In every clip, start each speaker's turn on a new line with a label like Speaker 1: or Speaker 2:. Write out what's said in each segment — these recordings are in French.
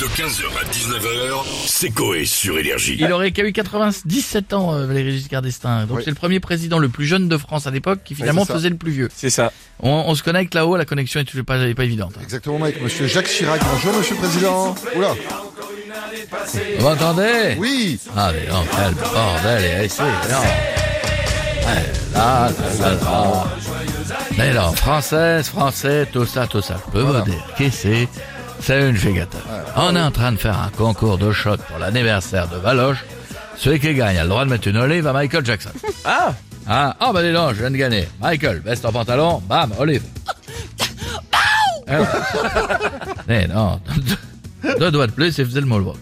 Speaker 1: De 15h à 19h, c'est Coé sur Énergie.
Speaker 2: Il aurait qu'à eu 97 ans, euh, Valéry Giscard d'Estaing. Donc
Speaker 3: Oui.
Speaker 2: c'est le premier président le plus jeune de France à l'époque qui finalement
Speaker 3: c'est ça.
Speaker 2: faisait le plus vieux.
Speaker 4: C'est ça.
Speaker 2: On, on se connecte là-haut, la connexion est toujours pas, est pas évidente.
Speaker 3: Exactement, avec Monsieur Jacques Chirac. Bonjour, Monsieur le Président. Oula,
Speaker 2: Vous m'entendez
Speaker 3: oui.
Speaker 2: Ah mais non, quel bordel et laissé, non. Eh, Là, là, là, là. Mais non, française, français, tout ça, tout ça. Je peux vous dire qui c'est C'est une figata. On est en train de faire un concours de shot pour l'anniversaire de Valoche. Celui qui gagne a le droit de mettre une olive à Michael Jackson.
Speaker 4: Ah
Speaker 2: Ah, oh bah dis donc, je viens de gagner. Michael, baisse ton pantalon, bam, olive. Ah ouais. Mais non, deux doigts de plus, il faisait le moonwalk.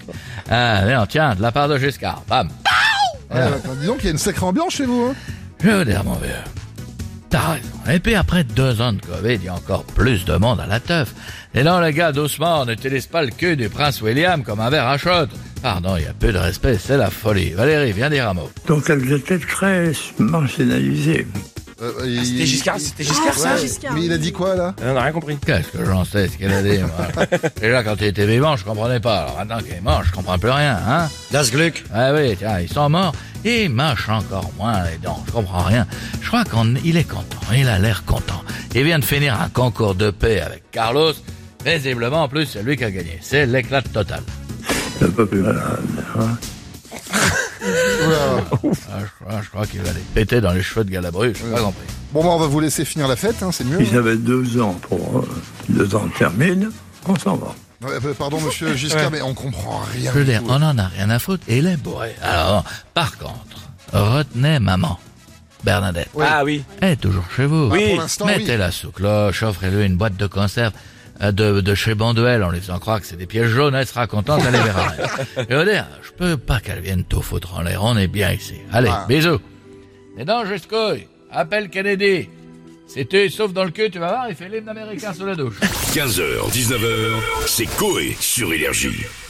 Speaker 2: Ah, mais non, tiens, de la part de Giscard, bam.
Speaker 3: Ah, bah, dis donc, il y a une sacrée ambiance chez vous. hein.
Speaker 2: Je veux dire, mon vieux, t'as raison. Et puis après deux ans de Covid, il y a encore plus de monde à la teuf. Et non, les gars, doucement, on n'utilise pas le cul du prince William comme un verre à shot. Pardon, il y a plus de respect, c'est la folie. Valérie, viens dire un mot.
Speaker 5: Donc elles étaient très marginalisées.
Speaker 3: Euh, il-
Speaker 4: Ah, C'était Giscard, c'était
Speaker 3: Ouais,
Speaker 4: Giscard ça
Speaker 3: Mais il a dit quoi là
Speaker 4: On n'a rien compris.
Speaker 2: Qu'est-ce que j'en sais ce qu'elle a dit, moi Déjà, quand il était vivant, je comprenais pas. Alors maintenant qu'il est mort, je comprends plus rien, hein
Speaker 6: Das Glück.
Speaker 2: Ah oui, tiens, ils sont morts. Et mâche encore moins les dents, je comprends rien. Je crois qu'on, il est content, il a l'air content. Il vient de finir un concours de paix avec Carlos. Visiblement, en plus, c'est lui qui a gagné. C'est l'éclat total.
Speaker 5: Le peuple malade.
Speaker 3: Oula.
Speaker 2: Ah, je crois, je crois qu'il va les péter dans les cheveux de Galabru, je pas compris.
Speaker 3: Bon, bah, on va vous laisser finir la fête, hein, c'est mieux.
Speaker 5: Ils avaient deux ans pour... euh, deux ans termine, on s'en va.
Speaker 3: Ouais, bah, pardon, Monsieur Giscard, mais on comprend rien.
Speaker 2: Je veux
Speaker 3: du
Speaker 2: dire,
Speaker 3: tout.
Speaker 2: on en a rien à foutre, et il est bourré. Alors, par contre, retenez maman, Bernadette.
Speaker 3: Oui. Ah,
Speaker 4: Ah oui.
Speaker 2: Elle est toujours chez vous.
Speaker 4: Oui.
Speaker 3: Pour l'instant, oui.
Speaker 2: Mettez-la sous cloche, offrez-lui une boîte de conserve euh, de, de chez Banduel en lui faisant croire que c'est des pièces jaunes, elle sera contente, elle les verra. Je veux dire, je peux pas qu'elle vienne tout foutre en l'air, on est bien ici. Allez,
Speaker 3: Ah.
Speaker 2: bisous. Et non, jusqu'oeil, appelle Kennedy. Si tu sauf dans le cul, tu vas voir, il fait l'hymne américain sous la douche.
Speaker 1: 15h, 19h, c'est Coé sur Énergie.